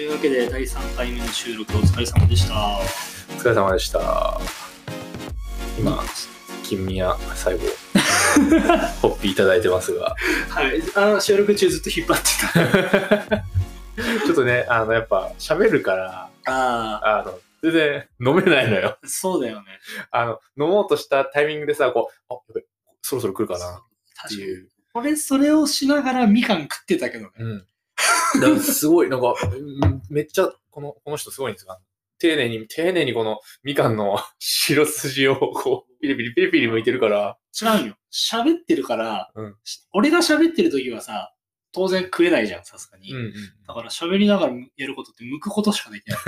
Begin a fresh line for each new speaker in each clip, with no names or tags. いうわけで、第3回目の収録お疲れ様でした。
お疲れ様でした。今、金宮 最後、ホッピーいただいてますが、
はい、あの収録中ずっと引っ張ってた。
ちょっとね、あの、やっぱ喋るから、
ああ、
あの、全然飲めないのよ。
そうだよね。
あの、飲もうとしたタイミングでさ、こう、あ、やべ、そろそろ来るかなって
確かに。
いう。
俺、それをしながらみかん食ってたけどね。
うん。だからすごい、なんか、うんめっちゃ、この、この人すごいんですが、丁寧に、丁寧にこのみかんの白筋を、こう、ピリピリピリピリ向いてるから、
違うよ。喋ってるから、
うん
し俺が喋ってる時はさ、当然食えないじゃん、さすがに。
うんうん。
だから喋りながらやることって剥くことしかできない。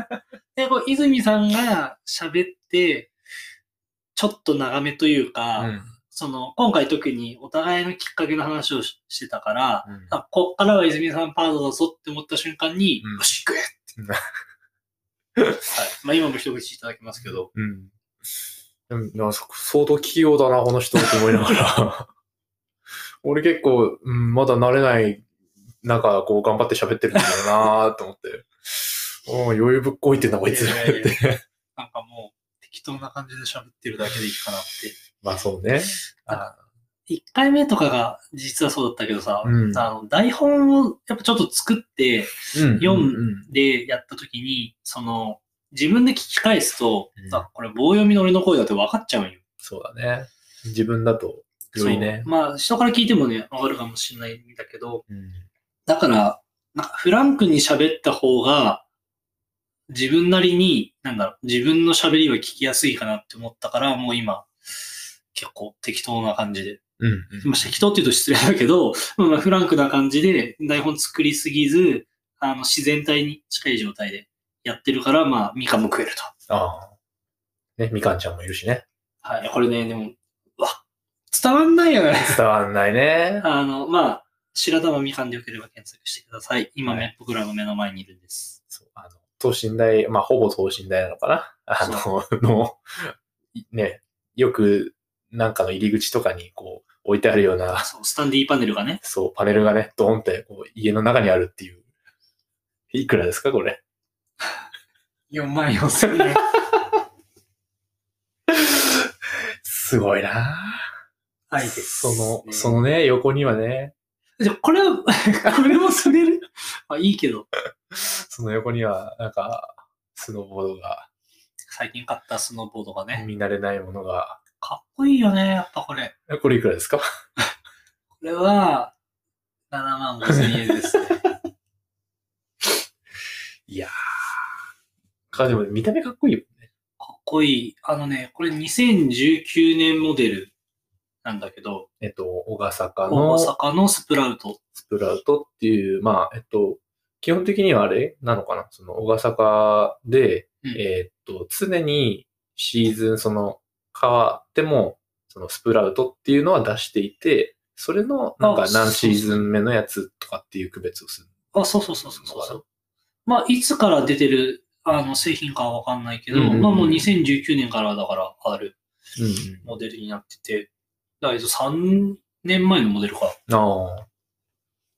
で、こう、泉さんが喋って、ちょっと長めというか、
うん
その、今回特にお互いのきっかけの話をししてたから、
うん
あ、こっからは泉さんパートだぞって思った瞬間に、
うん
よし、食えって。
うん
はい。 まあ今も一口いただきますけど、
うん。でもなんか相当器用だな、この人って思いなが ら。俺結構、うん、まだ慣れない中、こう頑張って喋ってるんだよなーって思っ て。うん余裕ぶっこいてんな、こいつ。
いやいやいや
って
なんかもう適当な感じで喋ってるだけでいいかなって。
まあそうね。あ
1回目とかが実はそうだったけどさ、
うん
あの台本をやっぱちょっと作って、
うん
読む
うん
でやった時に、その、自分で聞き返すと、
うん
あ、これ棒読みの俺の声だって分かっちゃうんよ。
そうだね。自分だと、よりね
そう。まあ、人から聞いてもね、分かるかもしれないんだけど、
うん
だから、なんかフランクに喋った方が、自分なりに、なんだろう、自分の喋りは聞きやすいかなって思ったから、もう今、結構適当な感じで
うんうん
まあ、適当って言うと失礼だけど、まあ、フランクな感じで台本作りすぎず、あの、自然体に近い状態でやってるから、まあ、みかんも食えると。
ああ。ね、みかんちゃんもいるしね。
はい。これね、でも、うわ、伝わんないよね。
伝わんないね。
あの、まあ、白玉みかんでよければ検索してください。今、
はい
ね僕らの目の前にいるんです。
そう、あの、等身大、まあ、ほぼ等身大なのかなあの、の、いね、よく、なんかの入り口とかに、こう、置いてあるような、
そう、スタンディーパネルがね、
そう、パネルがね、ドーンって、こう、家の中にあるっていう。いくらですか、これ。
4万4千円。
すごいな
はいです。
その、そのね、横にはね、
じゃ、これは、 これも滑るまあ、いいけど、
その横には、なんか、スノーボードが、
最近買ったスノーボードがね、
見慣れないものが、
かっこいいよね、やっぱこれ。
これいくらですか
これは、7万5千円です ね。
いやー。か、でも、見た目かっこいいよね。
かっこいい。あのね、これ2019年モデルなんだけど、
えっと、小笠かの、
大阪のスプラウト。
スプラウトっていう、まあ、えっと、基本的にはあれなのかなその、小笠原で、
うん
えーっと、常にシーズン、その、変わっても、その、スプラウトっていうのは出していて、それの、なん
あ
か
そうそう
何シーズン目のやつとかっていう区別をする
あ、そうそうそうそう
の
そう
かな
まあ、いつから出てる、あの、製品かはわかんないけど、
うんうんうん
まあもう2019年からだからある
うん
モデルになってて、だから3年前のモデルか。
うん。あ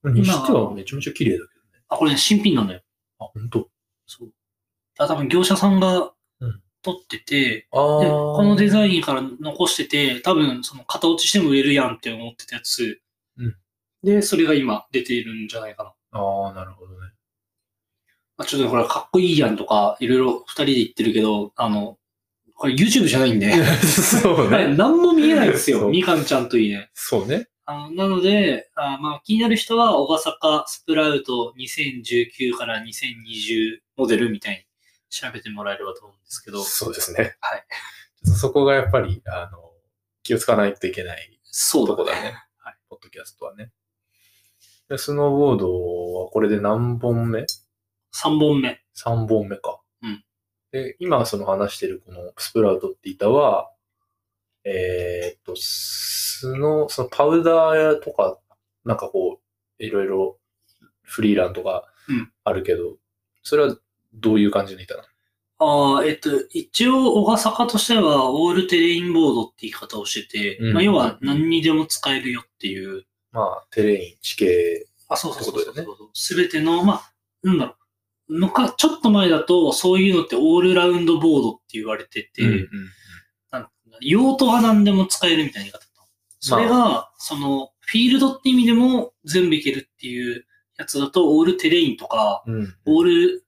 あ。にしてはめちゃめちゃ綺麗だけどね。
あ、これね、新品なんだよ。
あ、ほんと。
そう。だから多分業者さんが
うん
撮ってて、
ああ
で、。このデ
イ
ザインから残してて、多分その型落ちしても売れるやんって思ってたやつ。
うん
で、それが今出ているんじゃないかな。
ン。ああ、なるほどね。
まあ、ちょっとこれかっこいいやんとか、いろいろ二人で言ってるけど、あの、これ YouTube じゃ ないんで、
そ うね。
何も見えないです
そ
よ。
う
みかんちゃんといいね。
そうね。
あのなので、あまあ気になる人は、小笠坂スプラウト2019から2020モデルみたいに調べてもらえればと思うんですけど、
そうですね。
はい。
ちょっとそこがやっぱり、あの、気をつかないといけない
そう
とこだね。はい。ポッドキャストはね。でスノーボードはこれで何本目
3本目。
?3 本目か。
うん。
で、今その話してるこのスプラウトって板は、えーっと、スノー、そのパウダーとか、なんかこう、いろいろフリーランとか
うん
あるけど、それはどういう感じの板なの
ああ、えっと、一応、小笠原としては、オールテレインボードって言い方をしてて、
うん
まあ、要は何にでも使えるよっていう。
まあ、テレイン、地形、
あ、そう
そうそうそうそう
すべての、まあ、なんだろう、のか、ちょっと前だと、そういうのってオールラウンドボードって言われてて、
うんうん
なんか用途は何でも使えるみたいな言い方だった。それが、その、フィールドって意味でも全部いけるっていうやつだと、オールテレインとか、
うんうん
オール、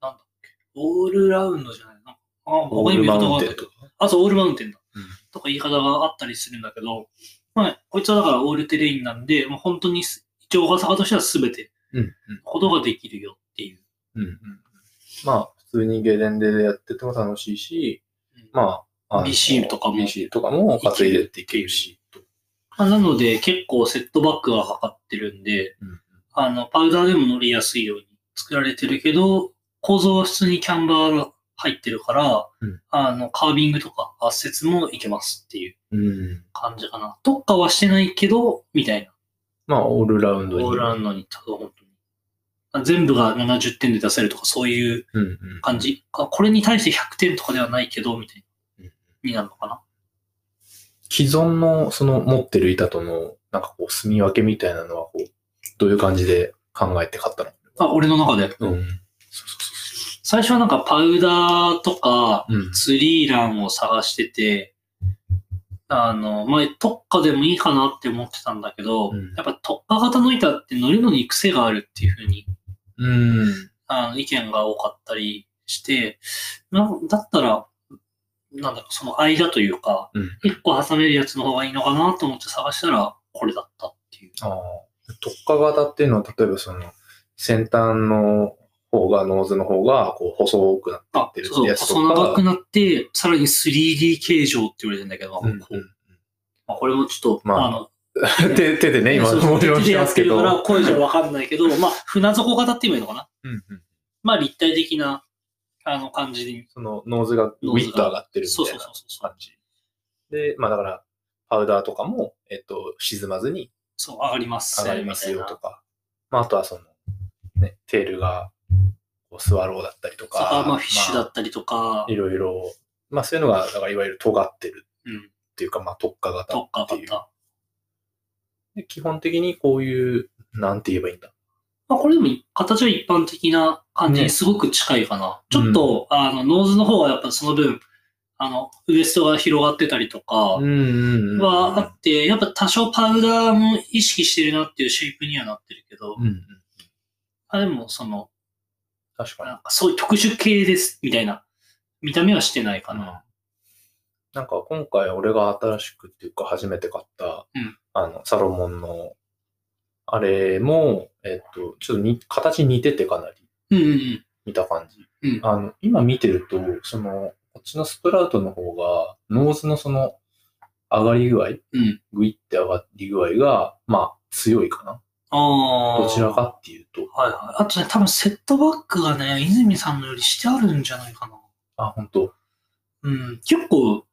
なんだっけ、オールラウンドじゃないな。あ、
オ
他に
ール
も言
マ
い方があ
ウン
っ
テ
た
ン
け
と
ど。
か。
あ、そう、オールマウンテンだ
うん。
とか言い方があったりするんだけど、まあ、こいつはだからオールテレインなんで、もう本当にす、一応、小笠原としては全て
うんうん
ことができるよっていう。
うんうんまあ、普通にゲレンデでやってても楽しいし、まあ、あの
BC とかも
BC とかも担いでっていけるし。
まあ、なので、結構セットバックがかかってるんで、
うん
あの、パウダーでも乗りやすいように作られてるけど、構造は普通にキャンバーが入ってるから、
うん
あの、カービングとか圧接もいけますっていう
うん。
感じかな。特化はしてないけど、みたいな。
まあ、オールラウンドに。
オールラウンドに、ただ本当に。あ全部が70点で出せるとか、そういう
うんうん
感じ。あこれに対して100点とかではないけど、みたいな
うん。
になるのかな。
既存の、その持ってる板との、なんかこう、住み分けみたいなのは、こう、どういう感じで考えて買ったの
あ、俺の中で。
うん。
最初はなんかパウダーとか、
うん。
ツリーランを探してて、あの、まあ、特化でもいいかなって思ってたんだけど、
うん
やっぱ特化型の板って乗るのに癖があるっていう風に、
うん。
あの、意見が多かったりして、なだったら、なんだかその間というか、
うん
一個挟めるやつの方がいいのかなと思って探したら、これだったっていう。
ああ。特化型っていうのは、例えばその、先端の方が、ノーズの方が、こう、細くなっ
あ
て、る
そう、
やつと
細
か
長くなって、さらに 3D 形状って言われてんだけど、
てる。
こうまあ、これもちょっと、
まあ
あの、
手手でね、今、
そう
盛り
手
し
で
てま
やっ
す
て
け
る
ど。
から
う
声じゃわかんないけ ど、まあ、船底型って言えばいいのかな。
んうん
まあ、立体的な、あの、感じに。
その、ノーズがウィッと上がってる
そ
み
う
た
そ
いうな
そうそう
感。じ。で、まあだから、パウダーとかも、えっと、沈まずに
そう、上がります。
上がりますよとか、まああとはその、ね、テールが、こうスワローだったりと
みたいな
か、
そうあまあ、フィッシュだ
ま
ったりとか
あ、いろいろ、まあそういうのが、だからいわゆる尖ってる
うん、
っていうか、まあ特化型
特化
って
型
いう。。で基本的にこういう、なんて言えばいいんだ。
まあ、これでも、形は一般的な感じ
ね
にすごく近いかな。ちょっと、あの、ノーズの方はやっぱその分、あの、ウエストが広がってたりとか、
んうん
はあって、やっぱ多少パウダーも意識してるなっていうシェイプにはなってるけど、
うんうん。
あでもその、
確かに
な。んかそういう特殊系です、みたいな、見た目はしてないかな。
なんか今回俺が新しくっていうか初めて買った、
うん
あの、サロモンの、あれも、えっと、ちょっとに形似ててかなり
うんうん
似た感じ。
うん。うん、
あの、今見てると、その、こっちのスプラウトの方が、ノーズのその、上がり具合、
うん
グイって上がり具合が、まあ、強いかな。
ああ。
どちら。かっていうと、
はいはい。あとね、多分セットバックがね、泉さんのよりしてあるんじゃないかな。
あ、本当
うん。結構、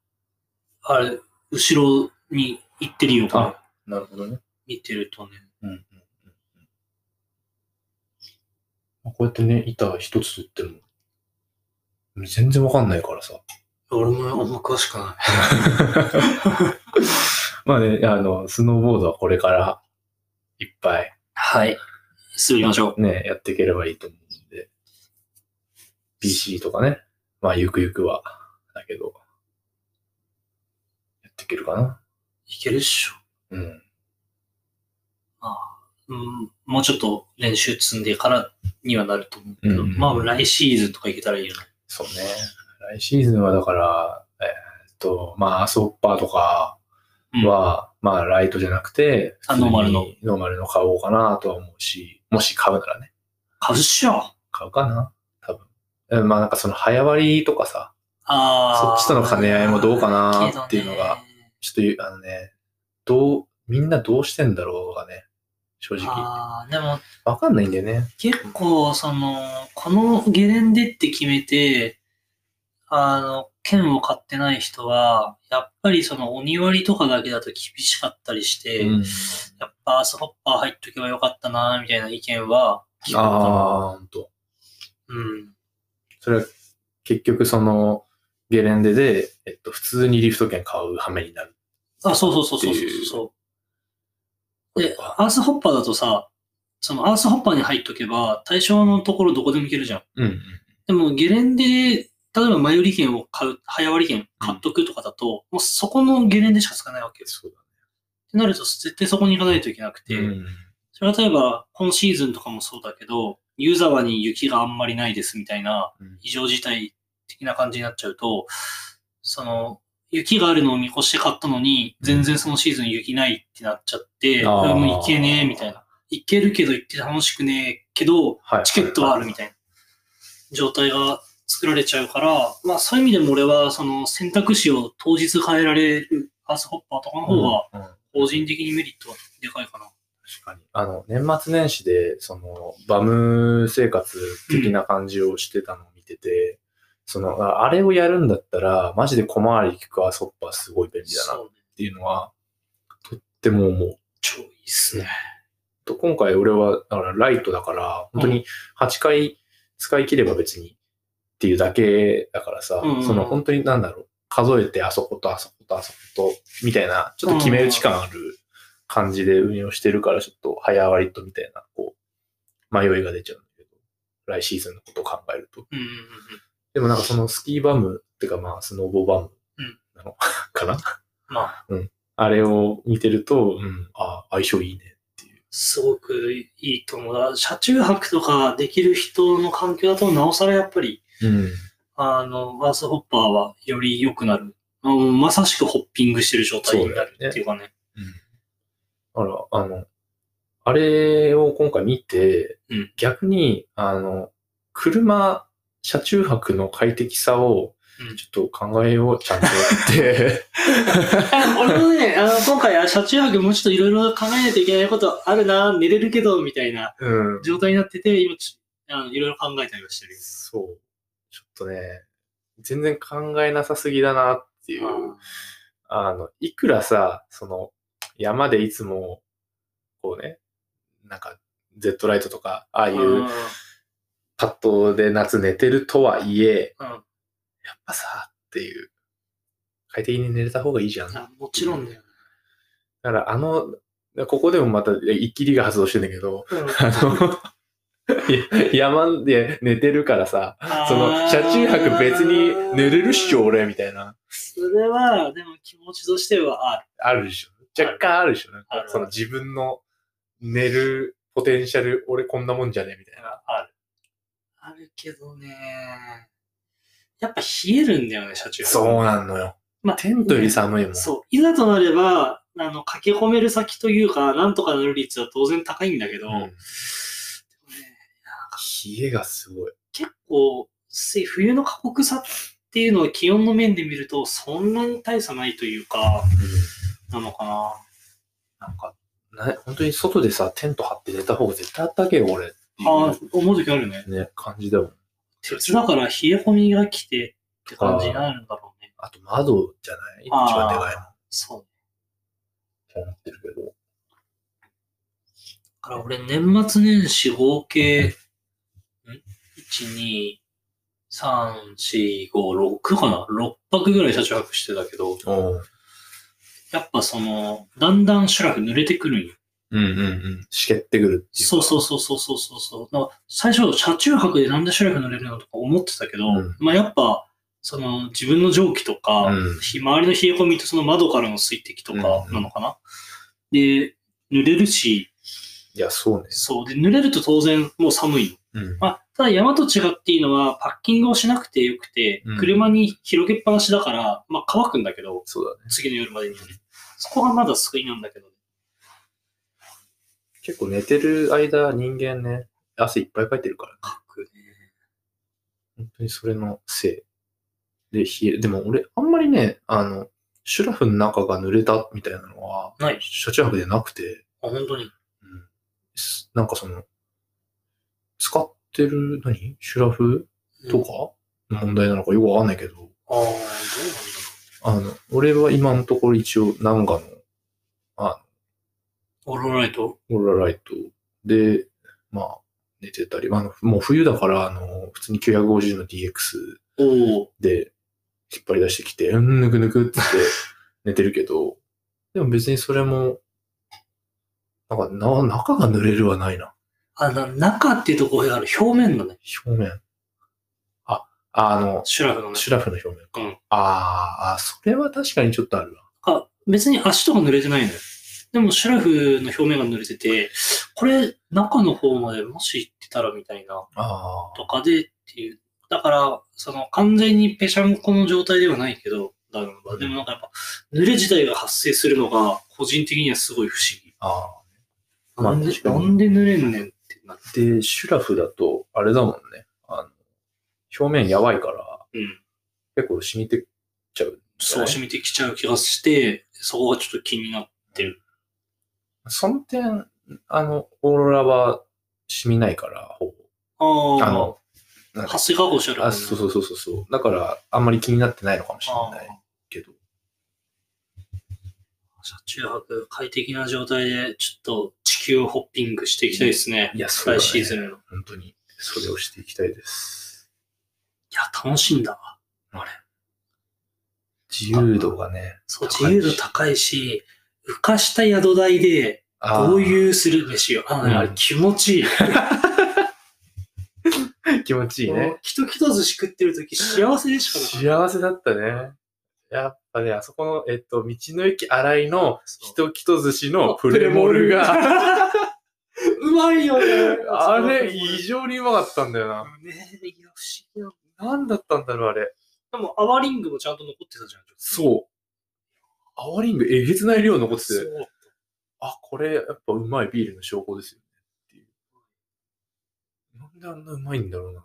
あれ、後ろに行ってるよ、これ
あなるほどね。
見てるとね。
うんうんうんうん。こうやってね、板一つ取っても、全然わかんないからさ。
俺もあんま詳しくない。
まあね、あの、スノーボードはこれから、いっぱい、
はい。滑りましょう。
ね、やっていければいいと思うんで。BC とかね、まあ、ゆくゆくは、だけど、やっていけるかな。
いけるっしょ。
うん。
うん、もうちょっと練習積んでからにはなると思うけど、
うん
まあ来シーズンとかいけたらいいよね。
そうね。来シーズンはだから、えーっと、まあ、アースホッパーとか、
うん
は、まあ、ライトじゃなくて、
あノーマルの
普通にノーマルの買おうかなとは思うし、もし買うならね、
買うっしょ。あ
買うかな多分。うんまあ、なんかその早割りとかさ、そ
あー。
っちとの兼ね合いもどうかな
けどね
っていうのが、。ちょっとゆ、あのね、どう、みんなどうしてんだろうがね、正直。
ああ、でも
わかんないんだよね。
結構、その、このゲレンデって決めて、あの、剣を買ってない人は、やっぱりそのお庭りとかだけだと厳しかったりして、
うん、
やっぱアースホッパー入っとけばよかったな、みたいな意見は聞くか
あ
な
あ、ほんと。
うん。
それは結局その、ゲレンデで、えっと、普通にリフト券買う羽目になる。
あ、そうそうそうそう
って
そう
いう
そう。で、アースホッパーだとさ、そのアースホッパーに入っとけば、対象のところどこでも行けるじゃん。
うん。
でもゲレンデで、例えば前売り券を買う、早割り券買っとくとかだと、もうそこのゲレンデしか使えないわけです。
そう
ってなると、絶対そこに行かないといけなくて、
だね。うん。
それは例えば、今シーズンとかもそうだけど、湯沢に雪があんまりないですみたいな
うん、
異常事態的な感じになっちゃうと、その、雪があるのを見越して買ったのに、全然そのシーズン雪ないってなっちゃって、
あー
うんもう行けねえみたいな。行けるけど行って楽しくねえけど、
はい。
チケットはあるみたいな状態が作られちゃうから、まあそういう意味でも俺はその選択肢を当日変えられるアースホッパーとかの方が
うん、うん
個人的にメリットはでかいかな。
確かに。あの、年末年始で、その、バム生活的な感じをしてたのを見てて、その、ああれをやるんだったら、マジで小回り聞くアソッパーすごい便利だなっ
そうね。
ていうのは、とっても思う。
超いいっすね。
と今回俺は、だからライトだから、本当に8回使い切れば別にっていうだけだからさ、
うんうんうん
その本当になんだろう、数えてあそことあそことあそこと、みたいな、ちょっと決め打ち感ある感じで運用してるから、ちょっと早割とみたいな、こう、迷いが出ちゃうんだけど、来シーズンのことを考えると。
うんうんうん
でもなんかそのスキーバムっていうかまあ、スノーボーバム
うん
なのかな
まあ、
あれを見てると、うん、あ相性いいね。
すごくいいと思う。だから車中泊とかできる人の環境だと、なおさらやっぱり、
うん。
あの、ワースホッパーはより良くなる。あもうまさしくホッピングしてる状態になるっていうかね。
あら、あの、あれを今回見て、
うん
逆に、あの、車、車中泊の快適さを
うん、
ちょっと考えよう、ちゃんとって。
俺もね、あの今回、あ車中泊もうちょっといろいろ考えないといけないことあるな、寝れるけど、みたいな
うん。
状態になってて、今ちょあの、いろいろ考えたりはしてるよ。
そう。ちょっとね、全然考えなさすぎだなっていう。あの、いくらさ、その、山でいつも、こうね、なんか、Z ライトとか、ああい
うん
うパッドで夏寝てるとはいえ、
うん
やっぱさ、っていう。快適に寝れた方がいいじゃん。だ
あもちろんだよ。
から、あの、ここでもまた、一気りが発動してんだけど、
うん
あの、い 山で寝てるからさ、その、車中泊別に寝れるっしょ、俺、みたいな。
それは、でも気持ちとしてはある。
あるでしょ。若干あるでしょ。なん
あ
か
る
その自分の寝るポテンシャル、俺こんなもんじゃねみたいな。
ある。あるけどね。やっぱ冷えるんだよね、車中泊。
そうなのよ。
まあ
テントより寒いもん。
そう。いざとなれば、あの、駆け込める先というか、なんとかなる率は当然高いんだけど、
うん
でもね
冷えがすごい。
結構、せ冬の過酷さっていうのを気温の面で見ると、そんなに大差ないというか、なのかな。
なんか、な本当に外でさ、テント張って寝た方が絶対あったけよ、俺。っていう
ああ、思う時あるね。
ね、感じだもん。
鉄だから冷え込みが来てって感じになるんだろうね。
あと窓じゃない一
あー
番でかいもん。
そう。
そうなってるけど。
だから俺、年末年始合計、ん ?1、2、3、4、5、6かな ?6 泊ぐらい車中泊してたけど、
お
やっぱその、だんだんシュラフ濡れてくるんよ。
うんうんうん。しけってくるっていうか。
そうそうそうそうそうそうそう。だから最初、車中泊でなんでシュラフ濡れるのとか思ってたけど、
うん
まあやっぱ、その自分の蒸気とか、
うん
ひ周りの冷え込みとその窓からの水滴とかなのかな、で、濡れるし、
いや、そうね。
そう。で、濡れると当然もう寒いの。
うん。
まあ、ただ山と違っていいのは、パッキングをしなくてよくて
うん、
車に広げっぱなしだから、まあ乾くんだけど、
そうだね。
次の夜までにはね。そこがまだ救いなんだけど、
結構寝てる間、人間ね、汗いっぱいかいてるからね。
かくね。
本当にそれのせい。で、冷える。でも俺、あんまりね、あの、シュラフの中が濡れたみたいなのは、
ない
車中泊でなくて、
あ、本当に。
うんすなんかその、使ってる何、シュラフとかの問題なのかよくわかんないけど、
ああ、どうなんだろ
あの、俺は今のところ一応、ナンガの、あ
う。オールライト
の、オーラライトで、まあ、寝てたり、まああの、もう冬だから、あの、普通に950の DX
おお。
で引っ張り出してきて、うん、ぬくぬくって言って寝てるけど、でも別にそれも、なんか、な、中が濡れるはないな。
あの、中っていうところがある表面のね、
表面。あ、あの、
シュラフのね。
シュラフの表面か。
うん
あーあ、それは確かにちょっとあるわ。
あ、別に足とか濡れてないのよ。でもシュラフの表面が濡れてて、これ中の方までもし行ってたらみたいな
あ
とかでっていう。だから、その完全にペシャンコの状態ではないけど、だろうなでもなんかやっぱ、濡れ自体が発生するのが、個人的にはすごい不思議。
あ。ああ。ま
な
あ
んで
確、か
な
に。
んで濡れんねんってなる。
で、シュラフだと、あれだもんね。あの、表面やばいから、
うん。
結構染みてっちゃう。
そう染みてきちゃう気がして、そこがちょっと気になって。
その点、あの、オーロラは染みないから、ほ
あ
ぼ。あ
あ
の、、なんか
発生加工してあるもん
あ、
ね
そうそうそうそうそう。だから、あんまり気になってないのかもしれない
あ
けど。
車中泊、快適な状態で、ちょっと地球をホッピングしていきたいですね。
いや、そうだ、
来
ね、
シーズンの。い
本当に、それをしていきたいです。
や、楽しいんだわ。
自由度がね。
そう、
高い
自
し
由度高いし、浮かした宿題で、どう
う
いうする飯よ。あのね、
うん
あれ気持ちいい。
気持ちいい
も
ね
う。。きときと寿司食ってるとき幸せでしかない。
幸せだったね。やっぱね、あそこの、えっと、道の駅荒井の、ひときと寿司のプレモルが、
が。 うまいよね。
あれ、異常にうまかったんだよな。
ねえ、いや、不思議な。
なんだったんだろう、あれ。
でも、アワリングもちゃんと残ってたじゃん。
そう。アワリング、えげつない量残ってて
そう。
あ、これ、やっぱうまいビールの証拠ですよね。っていう。なんであんなうまいんだろうな。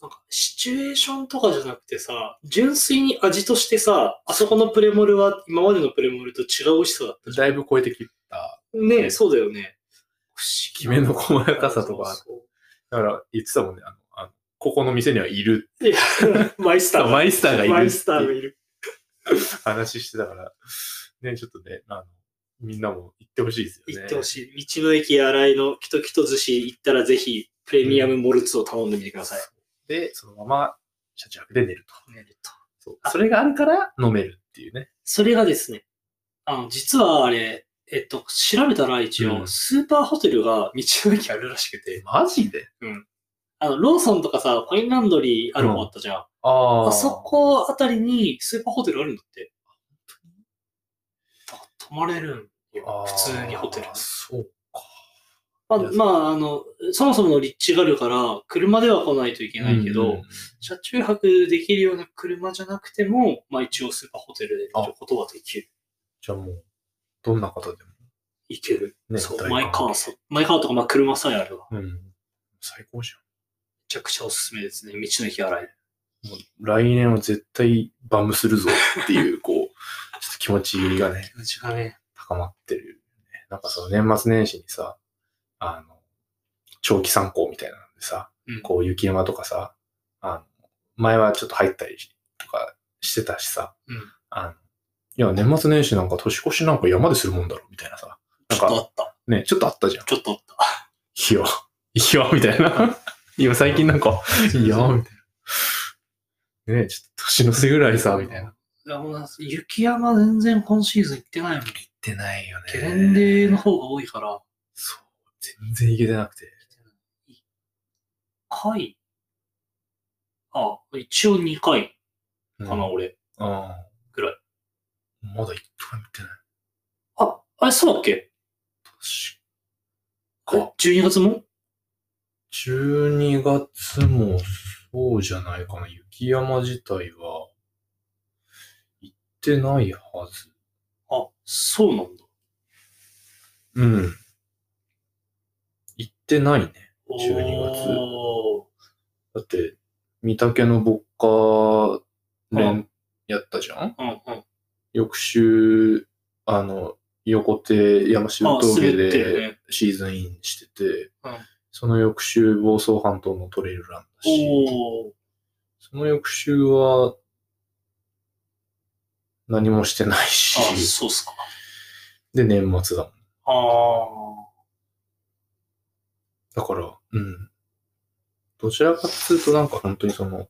なんか、シチュエーションとかじゃなくてさ、純粋に味としてさ、あそこのプレモルは今までのプレモルと違う美味しさだったじゃ
だいぶ超えてきた。
ん。ねえ、そうだよね。不
き
思
め
議な
の細やかさとか。
そう
だから、言ってたもんね。あの、あのここの店にはいる。
そういやマイスターが。
マイスターがいる
マイスターがいる。
話してたから、ね、ちょっとね、あの、みんなも行ってほしいですよね。
行ってほしい。道の駅新井のキトキト寿司行ったらぜひ、プレミアムモルツを頼んでみてください。
で、そのまま、車中泊で寝ると。
ねえっと
そう。それがあるから飲めるっていうね。
それがですね、あの、実はあれ、えっと、調べたら一
う
応、
ん
スーパーホテルが道の駅あるらしくて、
マジで
あの、ローソンとかさ、コインランドリーある方あったじゃん。
あー
あそこあたりにスーパーホテルあるんだって。だから泊まれるん
あ
よ
ー
普通にホテル。
そうか。
まあ、
いや
まあ、あの、そもそもの立地があるから、車では来ないといけないけど、
うん
車中泊できるような車じゃなくても、まあ一応スーパーホテルで見ることはできる。
じゃあもう、どんな方でも。
行ける。
ね
そう、
大
マイカ
歓迎
ーさ、マイカーとか、まあ車さえあれば、め
うん。最高じ
ちゃくちゃおすすめですね。道の駅洗い。
ゃん。もう来年は絶対バムするぞっていう、こう、ちょっと気持ちがね、
気持ちがね、
高まってるよね。なんかその年末年始にさ、あの、長期参考みたいなのでさ、
うん
こう雪山とかさ、あの、前はちょっと入ったりとかしてたしさ、
うん
あの、いや、年末年始なんか年越しなんか山でするもんだろ、みたいなさ。なん
ちょっとあ
か、
った。
ね、ちょっとあったじゃん。
ちょっとあった。
い や、いや、みた いな。今最近なんか、 いや、みたいな。ねえ、ちょっと年の瀬ぐらいさ、みたいな。行っ
いやもう雪山全然今シーズン行ってないもん。
てないよね
ゲレンデの。方が多いから。
そう。全然行けてなくて。
一回あ、一応2回
うん
かな、俺。
うん。
ぐらい。
まだ一回も行ってない。
あ、あれそうだっけ
確か。
?12 月も
12月もそうじゃないかな。雪山自体は、行ってないはず。
あ、そうなんだ。
うん。行ってないね。12月
お
だって、三宅の牧歌連やったじゃん
ーうんうん。
翌週、あの、横手山城
あ
峠
滑ってる
で
ね
シーズンインしてて、
うん
その翌週、房総半島のトレイルランだし、
おー
その翌週は、何もしてない
あ、
し、
そうっすか。
で、年末だもん。
あー
だから、うん。どちらかっていうと、なんか本当にその、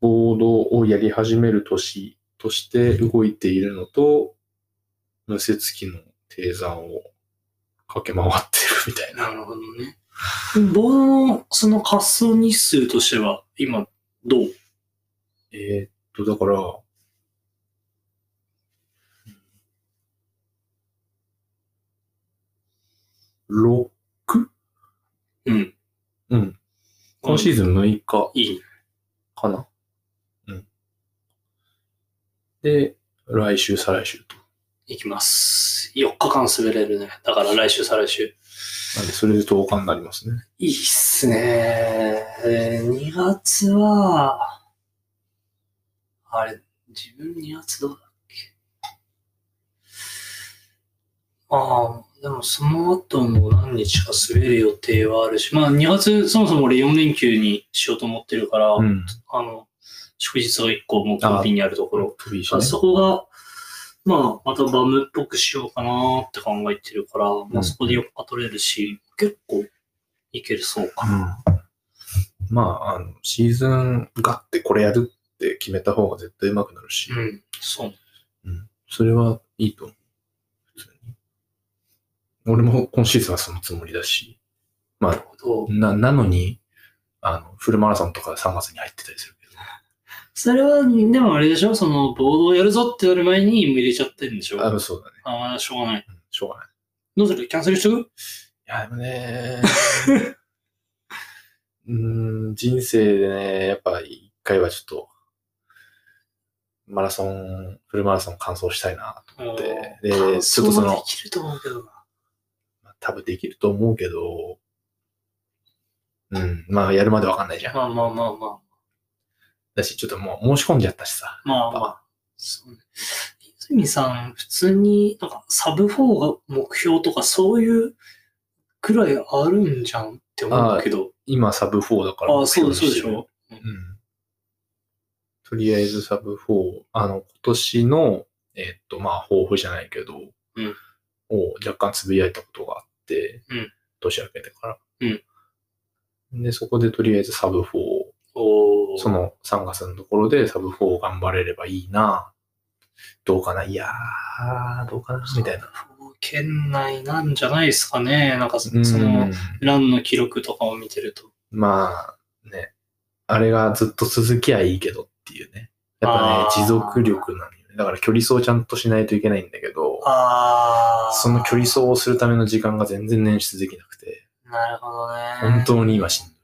ボードをやり始める年として動いているのと、無節期の低山を駆け回ってるみたいな。
なるほどね。ボードのその滑走日数としては、今、どう
えーっと、だから、ろ
うん。
うん。今シーズン6日
いい。
かな。うん。で、来週、再来週と。
いきます。4日間滑れるね。だから来週、再来週。
なんで、それで10日になりますね。
いいっすね。2月は、あれ、自分2月どうだっけ。ああ、でもその後も何日か滑る予定はあるし、まあ2月そもそも俺4連休にしようと思ってるから、
うん。
あの、祝日が1個もうコンビニにあるところ。
飛び石
あ
ね。
そこが、まあ、またバムっぽくしようかなって考えてるから、まあそこで4日取れるし、結構いけるそうかな。
うん。まあ、あの、シーズンがってこれやるって決めた方が絶対上手くなるし、
うん、そう。
それはいいと思う。普通に。俺も今シーズンはそのつもりだし、まあ、
なるほど。
な、なのに、あの、フルマラソンとか3月に入ってたりするけ
それは、でもあれでしょその、ボードをやるぞってなる前に入れちゃってるんでしょ
ど。
あ
あ、そうだね。
あ、まあ、しょうがない。
うんしょうがない。
どうするキャンセルしとく
いや、でもね、 うーん、人生でね、やっぱ一回はちょっと、マラソン、フルマラソン完走したいなと思って、で、ちょっと
感
そ
想はで
の、
きると思うけどな。
多分できると思うけど、うん、まあやるまでわかんないじゃん。
まあまあまあまあ。
だし、ちょっともう申し込んじゃったしさ。
まあまあ。そうね。泉さん、普通に、なんか、サブ4が目標とか、そういうくらいあるんじゃんって思うけど。
今サブ4だから。
ああ、そうそうでし
目標にてる
ょ
うんとりあえずサブ4、あの、今年の、えっと、まあ、抱負じゃないけど、
うん
を若干つぶやいたことがあって、
うん
年明けてから。で、そこでとりあえずサブ4、
おー
その3月のところでサブ4を頑張れればいいな、どうかな、いやー、どうかな、みたいな。。
県内なんじゃないですかね。なんか、その、
うん
ランの記録とかを見てると。
まあ、ね、あれがずっと続きゃいいけどっていうね。やっぱ
あ
ね、
ー
持続力なのよね。だから距離走をちゃんとしないといけないんだけど、
ああ。
その距離走をするための時間が全然捻出できなくて、
なるほどね。
本当に今しんどい。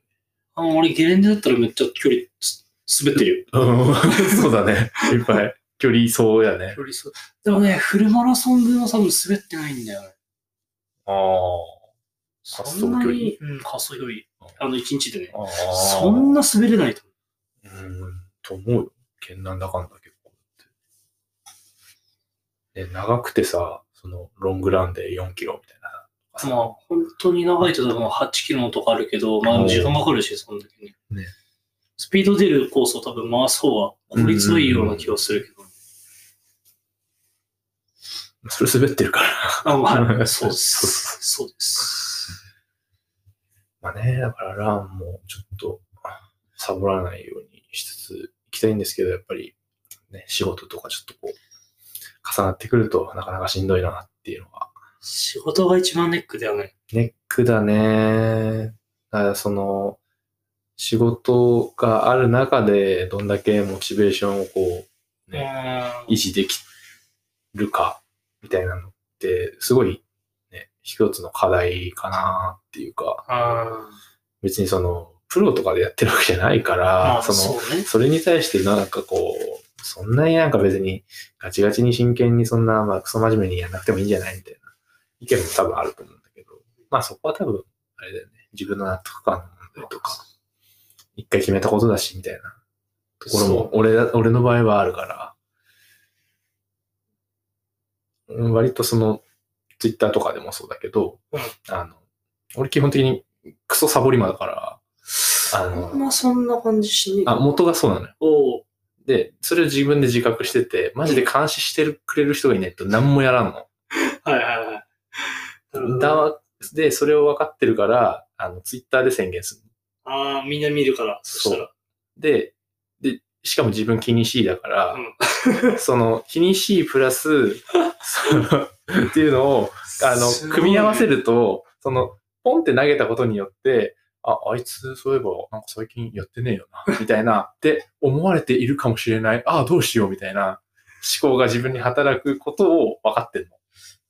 あ俺、ゲレンデだったらめっちゃ距離つ滑ってるよ。
うん そうだね。いっぱい。距離走やね
距。離走。でもね、フルマラソン分は多分滑ってないんだよね。
あ
そ
走
んなに、うん、滑走距離。あの、一日でね。
あ。
そん
な。
な滑れないと思
うん、と思うよ。県なんだかんだ結構って。で、長くてさ、その、ロングランで4キロみたいな。
う。まあ、本当に長いと多分8キロのとかあるけど、ま
う
あ、
ん
時間かかるし、そんだけね。
ね
スピード出るコースを多分回す方は効率のいいような気がするけど。
それ滑ってるから。
あ、まあ、そうで
そうそう
す。そうです。
まあね、だからランもちょっとサボらないようにしつつ行きたいんですけど、やっぱりね、仕事とかちょっとこう、重なってくるとなかなかしんどいなっていうのが。
仕事が一番ネックだよね。
ネックだね。だからその、仕事がある中でどんだけモチベーションをこう、ね、
う
維
ん
持できるか、みたいなのって、すごい、ね、一つの課題かなっていうか、
あ
別にその、プロとかでやってるわけじゃないから、
ーまあ、
その、
そうね。
それに対してなんかこう、そんなになんか別にガチガチに真剣にそんな、まあクソ真面目にやんなくてもいいんじゃないみたいな意見も多分あると思うんだけど、まあそこは多分、あれだよね、自分の納得感の問題とか、一回決めたことだし、みたいなところ
そ
も
う、
俺だ、俺の場合はあるから、うん割とその、ツイッターとかでもそうだけど、
うん
あの、俺基本的にクソサボり魔だから、あ
あん
の、
まそんな感じしねえけど。
あ、元がそうなのよ。
おう
で、それを自分で自覚してて、マジで監視してるくれる人がいないと何もやらん
はいはいはい。なるほ
の。
ど
だで、それを分かってるから、あの、ツイッターで宣言する。
ああ、みんな見るから、そしたら。
で、で、しかも自分気にしいだから、
う
その、気にしいプラス、そのっていうのを、
ん
あの、組み合わせ
る。
ると、その、ポンって投げたことによって、あ、あいつ、そういえば、なんか最近やってねえよな、みたいな、って思われているかもしれない。ああ、どうしよう、みたいな思考が自分に働くことを分かってんの。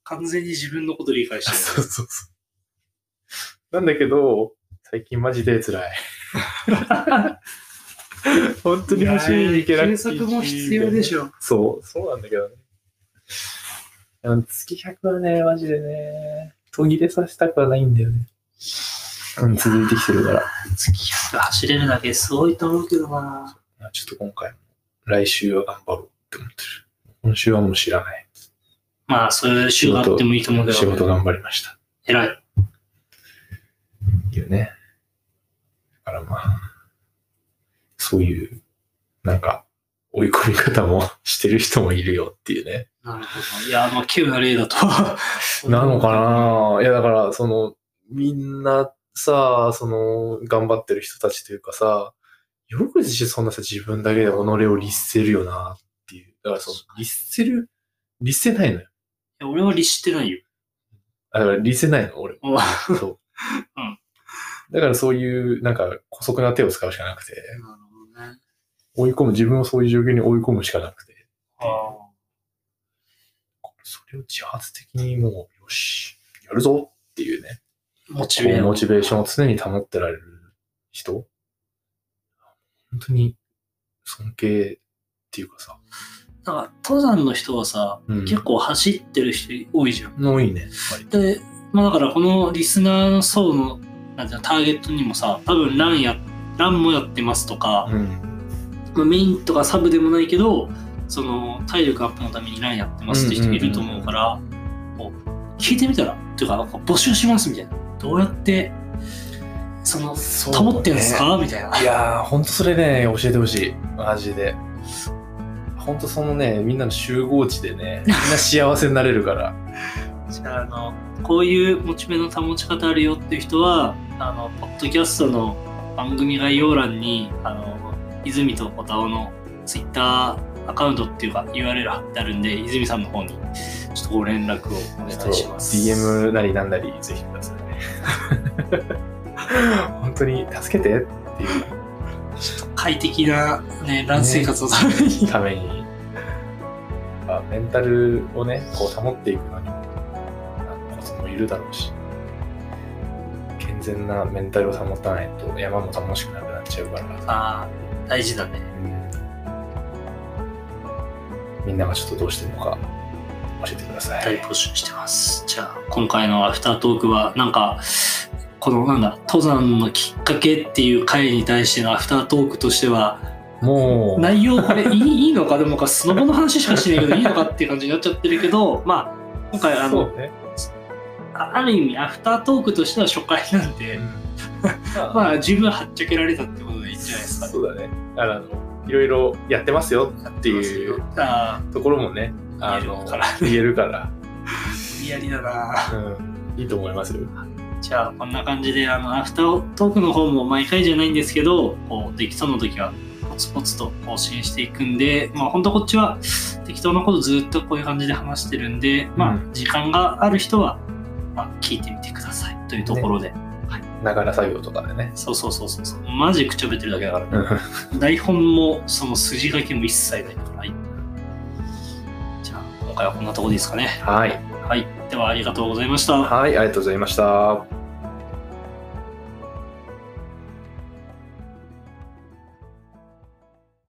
完全に自分のこと理解して
うそうそう。なんだけど、最近マジで辛い。 本当
る。
に走りに行けなくて。
検索も必要でしょ。
そう、そうなんだけどね。でも月100はね、マジでね、途切れさせたくはないんだよね。うん、続いてきてるから。
月100走れるだけすごいと思うけどな。
あちょっと今回も、来週は頑張ろうって思ってる。今週はもう知らない。
まあ、そういう週があってもいいと思うけど。
仕事頑張りました。
偉い。
っていうね。だからまあ、そういう、なんか、追い込み方も してる人もいるよっていうね。。
なるほど。いや、まあ、稀有な例だとは
なのかないや、だから、その、みんなさ、その、頑張ってる人たちというかさ、よくそんなさ、自分だけで己を律せるよな、っていう。だから、その、律せる、律せないのよ。
いや俺は律してないよ。
あ、だから、律せないの、俺。
うん
そう。
うん
だから、そういう、なんか、古速な手を使うしかなくて、
なるほどね。
追い込む、自分をそういう状況に追い込むしかなくて、
あ
それを自発的にもう、よし、やるぞっていうね。
あモチ
こ
ベ
うモ
ー
チベーションを常に保ってられる人本当に尊敬っていうかさ。
なんか、登山の人はさ、
うん。
結構走ってる人多いじゃん。
多いね。やっぱり
で、まあだからこのリスナーの層の、なんていうの、ターゲットにもさ、多分ランや、ランもやってますとか、
うん。
まあ、メインとかサブでもないけど、その体力アップのためにランやってますって人いると思うから、こう聞いてみたら、っていうか、なんか募集しますみたいな。どうやって、その、保ってんすか、みたいな。
いやー、ほんとそれね、教えてほしい。マジで。ほんとそのね、みんなの集合地でね、みんな幸せになれるから。
じゃあ、あの、こういうモチベの保ち方あるよっていう人は、あの、ポッドキャストの番組概要欄に、あの、泉と小田尾のツイッターアカウントっていうか URL 貼ってあるんで、泉さんの方にちょっとご連絡をお願いします。
DM なりなんなりぜひくださいね。 本当に助けてっていう。
快適な、ね、ラン生活のために、
ために、まあ、メンタルをね、こう保っていくのにも、コツもいるだろうし、健全なメンタルを保たないと山も楽しくなくなっちゃうから、
あー大事だね。
うんみんながちょっとどうしてるのか教えてくださ
大
い。
募集してます。じゃあ、今回のアフタートークは、なんか、このなんだ、登山のきっかけっていう回に対してのアフタートークとしては、
もう、
内容これいいいいのかでもかスノボの話しかしないけどいいのかっていう感じになっちゃってるけどまあ今回あの
そうね。
あある意味アフタートークとしては初回なん で、まあ十分はっちゃけられたってことでいいんじゃないですか、
そうだね。あの、いろいろやってますよっていう
あ
ところもね、あ
言え
の
るから、
言えるから、
ー無理やりだな
うん、いいと思いますよ。
じゃあこんな感じであのアフタートークの方も毎回じゃないんですけどこうできそうな時はポツポツと更新していくんでまあ本当こっちは適当なことずっとこういう感じで話してるんでま
う
あ時間がある人は、まあ、聞いてみてくださいというところで、
ながら作業とかでね。
そうそうそうそうそう。マジくちゃべってるだけだから。
うん
台本もその筋書きも一切ないから。はいじゃあ、今回はこんなとこでいいですかね。
はい。
はい。では、ありがとうございました。
はい、ありがとうございました。